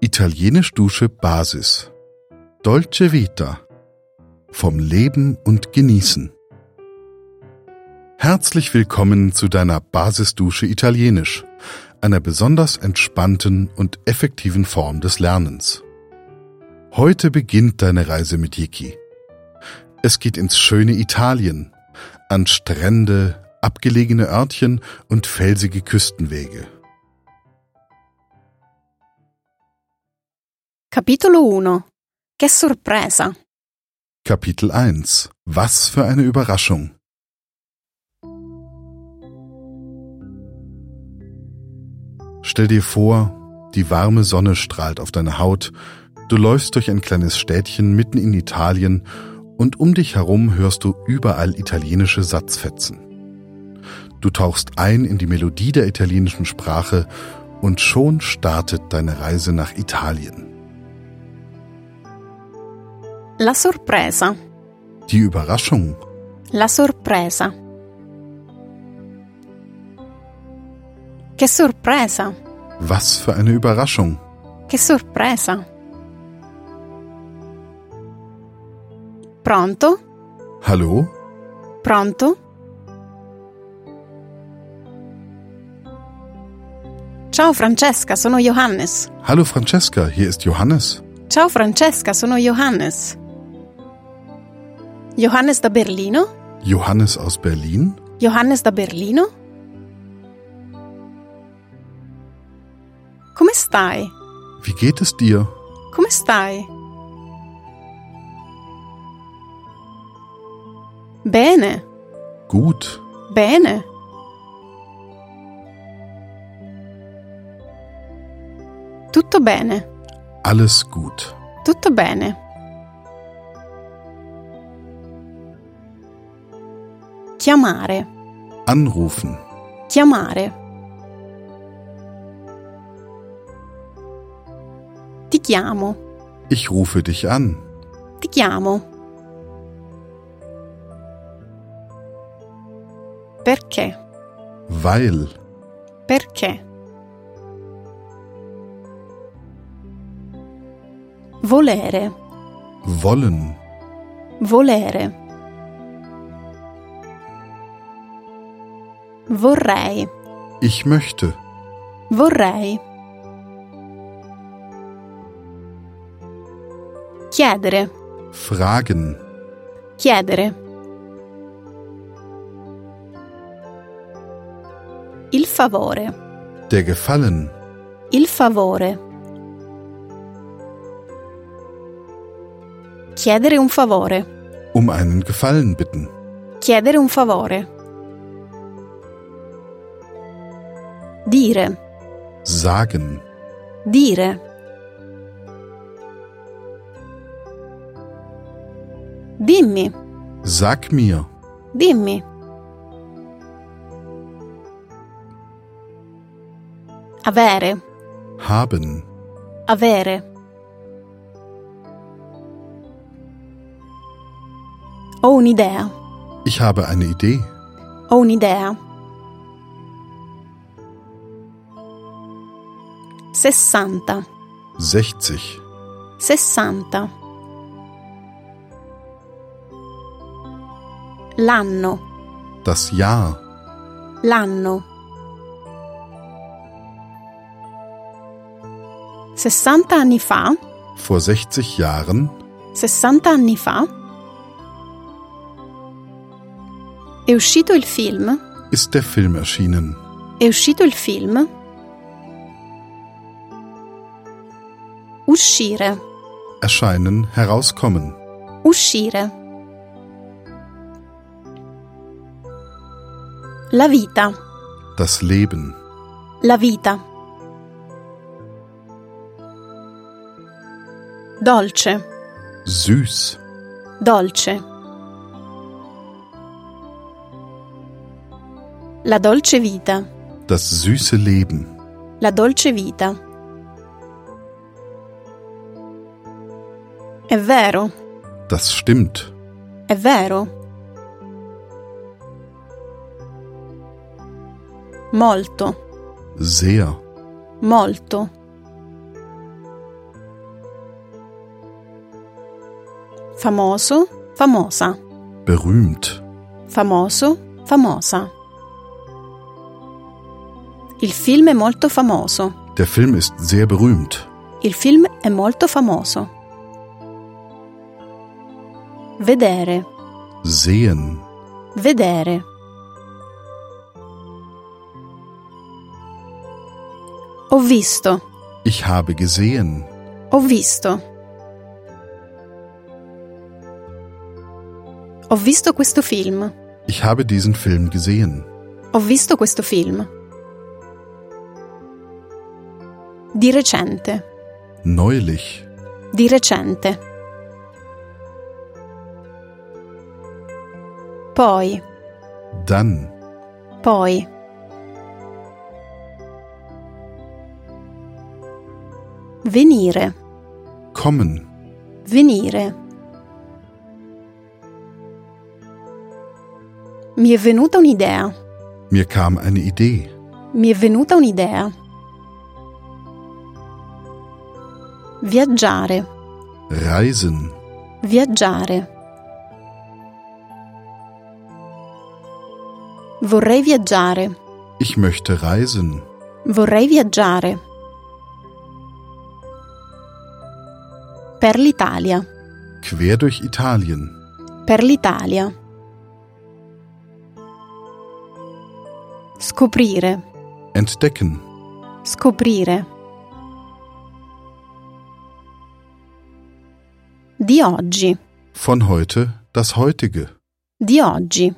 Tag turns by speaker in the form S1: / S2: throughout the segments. S1: Italienisch Dusche Basis. Dolce Vita. Vom Leben und Genießen. Herzlich willkommen zu deiner Basisdusche Italienisch, einer besonders entspannten und effektiven Form des Lernens. Heute beginnt deine Reise mit Yiki. Es geht ins schöne Italien, an Strände, abgelegene Örtchen und felsige Küstenwege.
S2: Capitolo 1. Che sorpresa!
S1: Kapitel 1. Was für eine Überraschung. Stell dir vor, die warme Sonne strahlt auf deine Haut, du läufst durch ein kleines Städtchen mitten in Italien und um dich herum hörst du überall italienische Satzfetzen. Du tauchst ein in die Melodie der italienischen Sprache und schon startet deine Reise nach Italien.
S2: La sorpresa.
S1: Die Überraschung,
S2: La sorpresa. Che sorpresa!
S1: was für eine Überraschung.
S2: Che sorpresa! Pronto?
S1: Hallo?
S2: Pronto? Ciao Francesca, sono Johannes.
S1: Hallo Francesca, hier ist Johannes.
S2: Ciao Francesca, sono Johannes. Johannes da Berlino?
S1: Johannes aus Berlin?
S2: Johannes da Berlino? Come stai?
S1: Wie geht es dir?
S2: Come stai? Bene,
S1: Gut.
S2: bene. Tutto bene,
S1: Alles gut.
S2: tutto bene. Chiamare,
S1: Anrufen.
S2: chiamare. Ti chiamo.
S1: Ich rufe dich an.
S2: Ti chiamo. Perché?
S1: Weil.
S2: Perché? Volere,
S1: Wollen.
S2: volere. Vorrei,
S1: Ich möchte.
S2: vorrei. Chiedere,
S1: Fragen.
S2: Chiedere. Il favore.
S1: Der Gefallen.
S2: Il favore. Chiedere un favore.
S1: Um einen Gefallen bitten.
S2: Chiedere un favore. Dire.
S1: Sagen.
S2: Dire. Dimmi.
S1: Sag mir.
S2: Dimmi. Avere,
S1: Haben.
S2: avere. Ho un'idea,
S1: Ich habe eine Idee.
S2: ho un'idea. Sessanta,
S1: 60.
S2: sessanta. L'anno.
S1: Das Jahr.
S2: L'anno. 60 anni fa,
S1: Vor 60 Jahren.
S2: 60 anni fa, è uscito il film,
S1: ist der Film erschienen.
S2: è uscito il film. Uscire,
S1: Erscheinen, herauskommen.
S2: uscire. La vita.
S1: Das Leben.
S2: La vita. Dolce,
S1: Süß.
S2: dolce. La dolce vita,
S1: Das süße Leben.
S2: la dolce vita. È vero,
S1: Das stimmt.
S2: è vero. Molto,
S1: Sehr.
S2: molto. famoso, famosa,
S1: berühmt,
S2: famoso, famosa. Il film è molto famoso.
S1: der Film ist sehr berühmt,
S2: Il film è molto famoso. Vedere,
S1: sehen,
S2: vedere. Ho visto,
S1: ich habe gesehen,
S2: ho visto. Ho visto questo film.
S1: ich habe diesen Film gesehen,
S2: Ho visto questo film. Di recente,
S1: neulich,
S2: di recente. Poi,
S1: dann,
S2: poi. Venire,
S1: kommen,
S2: venire. Mi è venuta un'idea.
S1: mir kam eine Idee,
S2: Mi è venuta un'idea. Viaggiare,
S1: reisen,
S2: viaggiare. Vorrei viaggiare,
S1: ich möchte reisen,
S2: vorrei viaggiare. Per l'Italia,
S1: quer durch Italien,
S2: per l'Italia. Scoprire,
S1: entdecken,
S2: Scoprire. Di oggi,
S1: von heute das heutige,
S2: di oggi.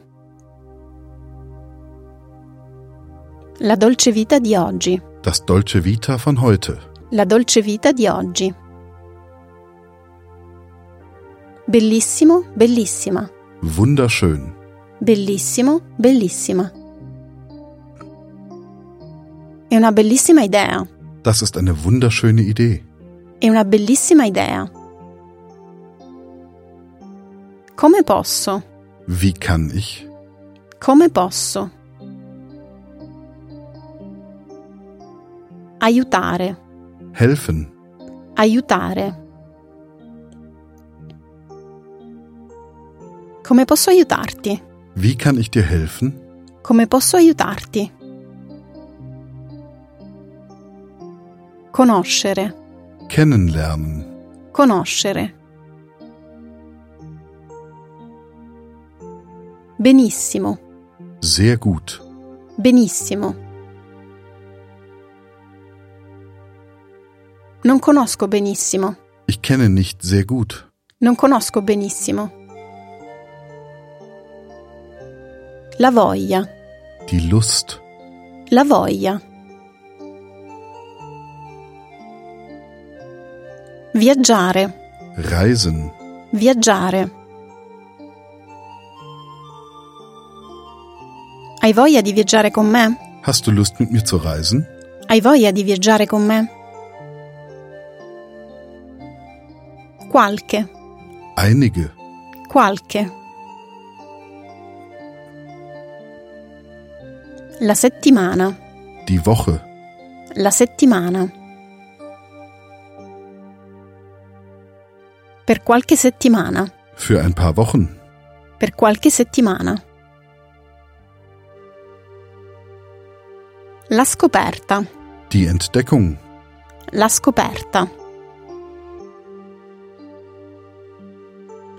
S2: La dolce vita di oggi,
S1: das Dolce Vita von heute,
S2: la dolce vita di oggi. Bellissimo, bellissima,
S1: wunderschön,
S2: bellissimo, bellissima. È una bellissima idea.
S1: das ist eine wunderschöne Idee,
S2: È una bellissima idea. Come posso?
S1: wie kann ich,
S2: Come posso? Aiutare,
S1: helfen,
S2: aiutare. Come posso aiutarti?
S1: wie kann ich dir helfen,
S2: Come posso aiutarti? Conoscere.
S1: kennenlernen.
S2: Conoscere. Benissimo,
S1: Sehr gut.
S2: benissimo. Non conosco benissimo,
S1: Ich kenne nicht sehr gut.
S2: non conosco benissimo. La voglia,
S1: Die Lust.
S2: la voglia. Viaggiare.
S1: Reisen.
S2: Viaggiare. Hai voglia di viaggiare con me?
S1: Hast du Lust mit mir zu reisen?
S2: Hai voglia di viaggiare con me? Qualche,
S1: Einige.
S2: qualche. La settimana,
S1: Die Woche.
S2: la settimana. Per qualche settimana.
S1: Für ein paar Wochen.
S2: per qualche settimana. La scoperta,
S1: Die Entdeckung.
S2: la scoperta.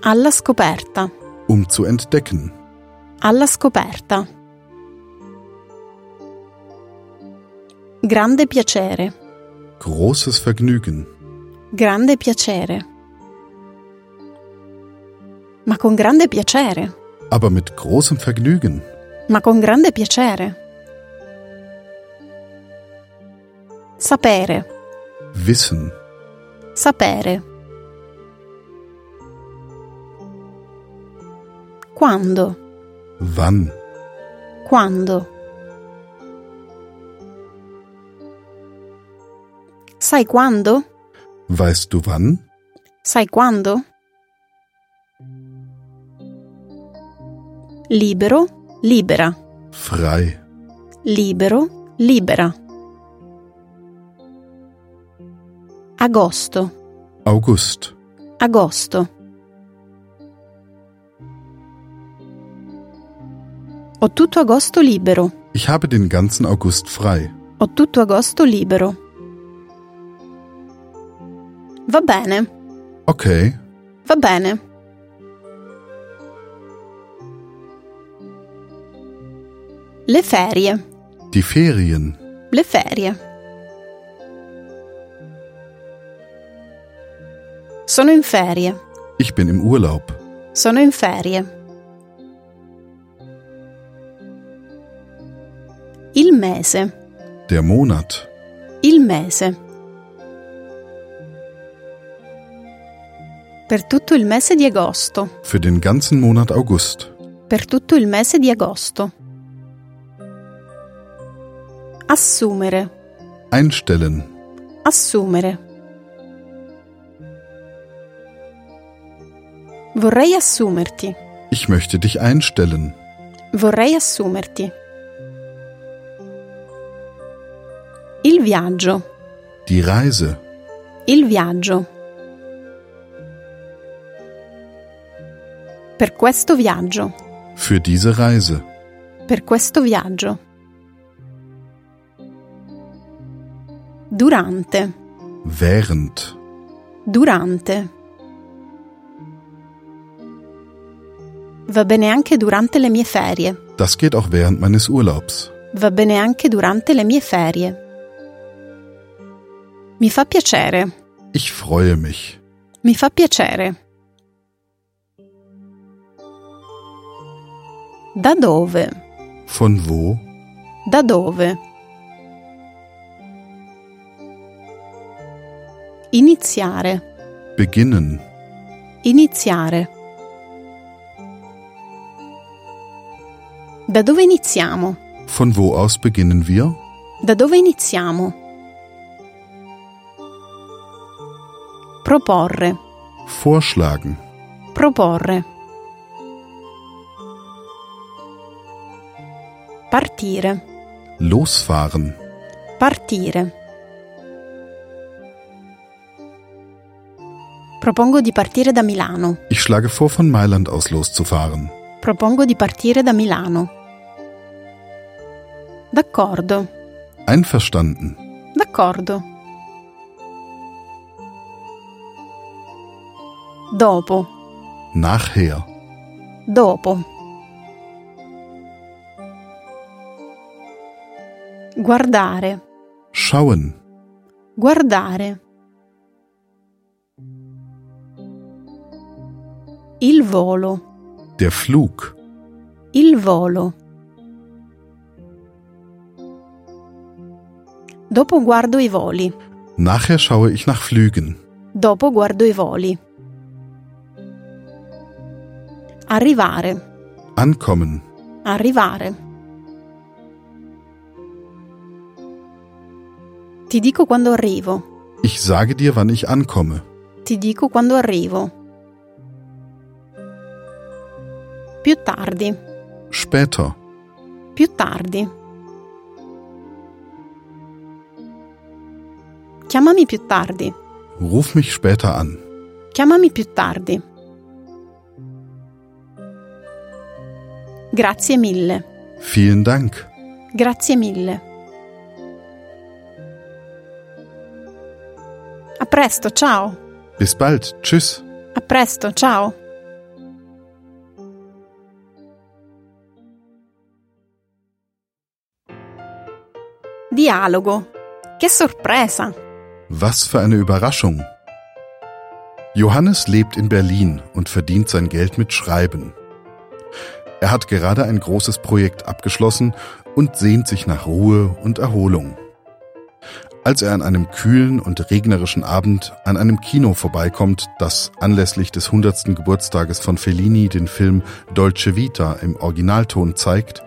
S2: Alla scoperta,
S1: Um zu entdecken.
S2: alla scoperta. Grande piacere,
S1: Großes Vergnügen.
S2: grande piacere. Ma con grande piacere.
S1: Aber mit großem Vergnügen.
S2: ma con grande piacere. Sapere,
S1: Wissen.
S2: sapere. Quando,
S1: Wann.
S2: quando. Sai quando?
S1: Weißt du wann?
S2: Sai quando? Libero, libera.
S1: Frei.
S2: Libero, libera. Agosto,
S1: August.
S2: agosto. Ho tutto agosto libero.
S1: Ich habe den ganzen August frei.
S2: Ho tutto agosto libero. Va bene,
S1: Okay,
S2: va bene. Le ferie,
S1: die Ferien.
S2: le ferie. Sono in ferie,
S1: Ich bin im Urlaub.
S2: sono in ferie. Il mese.
S1: Der Monat.
S2: Il mese. Per tutto il mese di agosto.
S1: Für den ganzen Monat August.
S2: Per tutto il mese di agosto. Assumere.
S1: Einstellen.
S2: Assumere. Vorrei assumerti.
S1: Ich möchte dich einstellen.
S2: Vorrei assumerti. Il viaggio.
S1: Die Reise.
S2: Il viaggio. Per questo viaggio,
S1: Für diese Reise.
S2: per questo viaggio. Durante,
S1: Während.
S2: durante. Va bene anche durante le mie ferie,
S1: Das geht auch während meines Urlaubs.
S2: va bene anche durante le mie ferie. Mi fa piacere.
S1: Ich freue mich.
S2: Mi fa piacere. Da dove?
S1: Von wo?
S2: Da dove? Iniziare,
S1: Beginnen.
S2: iniziare. Da dove iniziamo?
S1: Von wo aus beginnen wir?
S2: Da dove iniziamo? Proporre.
S1: Vorschlagen.
S2: Proporre. Partire,
S1: Losfahren.
S2: partire. Propongo di partire da Milano.
S1: Ich schlage vor, von Mailand aus loszufahren.
S2: Propongo di partire da Milano. D'accordo,
S1: Einverstanden.
S2: d'accordo. Dopo.
S1: Nachher.
S2: Dopo. Guardare,
S1: Schauen.
S2: guardare. Il volo,
S1: Der Flug.
S2: il volo. Dopo guardo i voli,
S1: Nachher schaue ich nach Flügen.
S2: dopo guardo i voli. Arrivare.
S1: Ankommen.
S2: Arrivare. Ti dico quando arrivo.
S1: Ich sage dir, wann ich ankomme.
S2: Ti dico quando arrivo. Più tardi.
S1: Später.
S2: Più tardi. Chiamami più tardi.
S1: Ruf mich später an.
S2: Chiamami più tardi. Grazie mille.
S1: Vielen Dank.
S2: Grazie mille. A presto, ciao.
S1: Bis bald. Tschüss.
S2: A presto, ciao. Dialogo. Che sorpresa!
S1: Was für eine Überraschung. Johannes lebt in Berlin und verdient sein Geld mit Schreiben. Er hat gerade ein großes Projekt abgeschlossen und sehnt sich nach Ruhe und Erholung. Als er an einem kühlen und regnerischen Abend an einem Kino vorbeikommt, das anlässlich des 100. Geburtstages von Fellini den Film Dolce Vita im Originalton zeigt,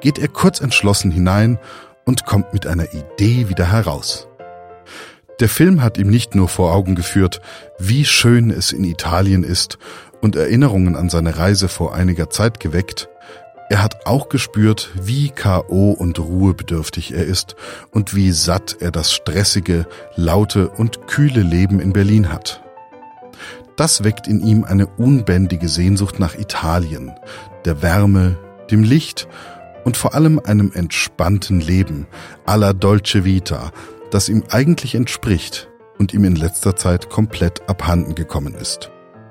S1: geht er kurz entschlossen hinein und kommt mit einer Idee wieder heraus. Der Film hat ihm nicht nur vor Augen geführt, wie schön es in Italien ist und Erinnerungen an seine Reise vor einiger Zeit geweckt, er hat auch gespürt, wie KO und ruhebedürftig er ist und wie satt er das stressige, laute und kühle Leben in Berlin hat. Das weckt in ihm eine unbändige Sehnsucht nach Italien, der Wärme, dem Licht und vor allem einem entspannten Leben alla Dolce Vita, das ihm eigentlich entspricht und ihm in letzter Zeit komplett abhanden gekommen ist.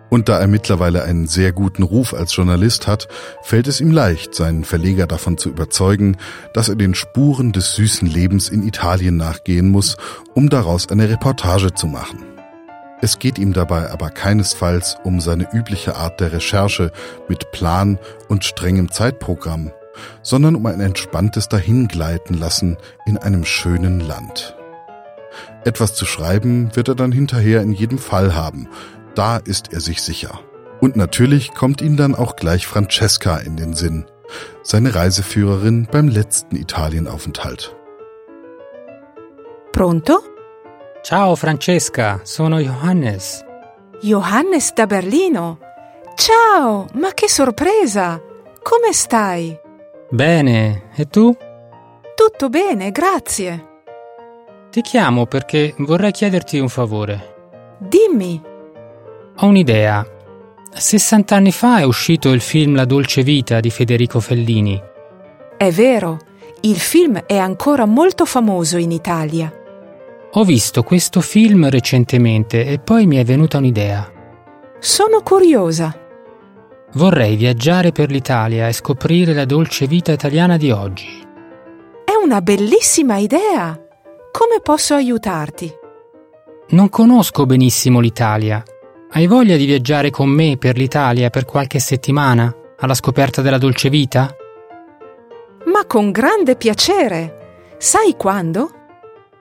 S1: Und da er mittlerweile einen sehr guten Ruf als Journalist hat, fällt es ihm leicht, seinen Verleger davon zu überzeugen, dass er den Spuren des süßen Lebens in Italien nachgehen muss, um daraus eine Reportage zu machen. Es geht ihm dabei aber keinesfalls um seine übliche Art der Recherche mit Plan und strengem Zeitprogramm, sondern um ein entspanntes Dahingleiten lassen in einem schönen Land. Etwas zu schreiben wird er dann hinterher in jedem Fall haben, da ist er sich sicher. Und natürlich kommt ihm dann auch gleich Francesca in den Sinn, seine Reiseführerin beim letzten Italienaufenthalt.
S3: Pronto?
S4: Ciao Francesca, sono Johannes.
S3: Johannes da Berlino. Ciao, ma che sorpresa! Come stai?
S4: Bene, e tu?
S3: Tutto bene, grazie.
S4: Ti chiamo perché vorrei chiederti un favore.
S3: Dimmi,
S4: Ho un'idea. 60 anni fa è uscito il film La dolce vita di Federico Fellini.
S3: è vero, il film è ancora molto famoso in Italia.
S4: Ho visto questo film recentemente e poi mi è venuta un'idea.
S3: Sono curiosa.
S4: Vorrei viaggiare per l'Italia e scoprire la dolce vita italiana di oggi.
S3: È una bellissima idea. Come posso aiutarti?
S4: Non conosco benissimo l'Italia. Hai voglia di viaggiare con me per l'Italia per qualche settimana alla scoperta della dolce vita?
S3: Ma con grande piacere. Sai quando?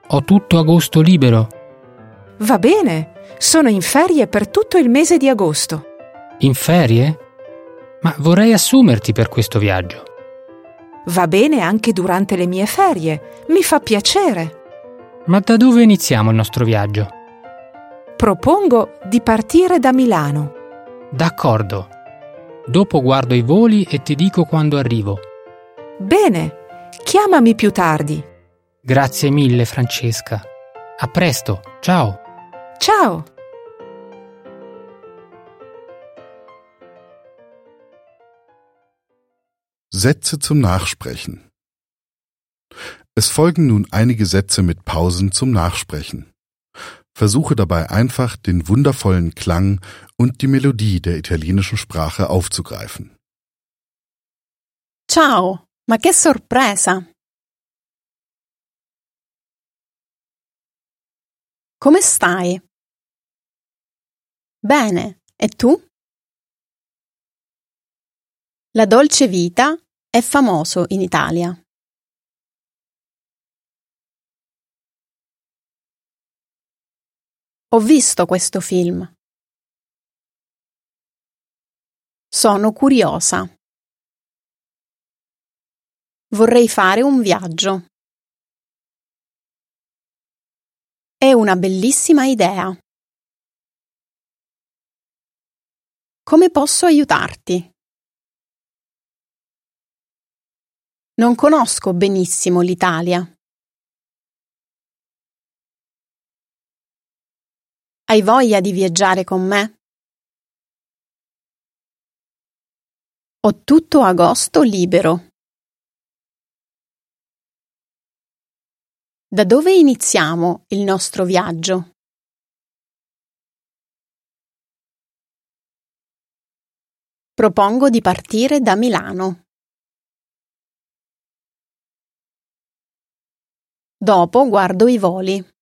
S4: Ho tutto agosto libero.
S3: Va bene, sono in ferie per tutto il mese di agosto.
S4: In ferie? Ma vorrei assumerti per questo viaggio.
S3: Va bene anche durante le mie ferie. Mi fa piacere.
S4: Ma da dove iniziamo il nostro viaggio?
S3: Propongo di partire da Milano.
S4: D'accordo. Dopo guardo i voli e ti dico quando arrivo.
S3: Bene, chiamami più tardi.
S4: Grazie mille Francesca. A presto, ciao.
S3: Ciao!
S1: Sätze zum Nachsprechen. Es folgen nun einige Sätze mit Pausen zum Nachsprechen. Versuche dabei einfach, den wundervollen Klang und die Melodie der italienischen Sprache aufzugreifen.
S2: Ciao, ma che sorpresa! Come stai? Bene, e tu? La dolce vita è famoso in Italia. Ho visto questo film. Sono curiosa. Vorrei fare un viaggio. È una bellissima idea. Come posso aiutarti? Non conosco benissimo l'Italia. Hai voglia di viaggiare con me? Ho tutto agosto libero. Da dove iniziamo il nostro viaggio? Propongo di partire da Milano. Dopo guardo i voli.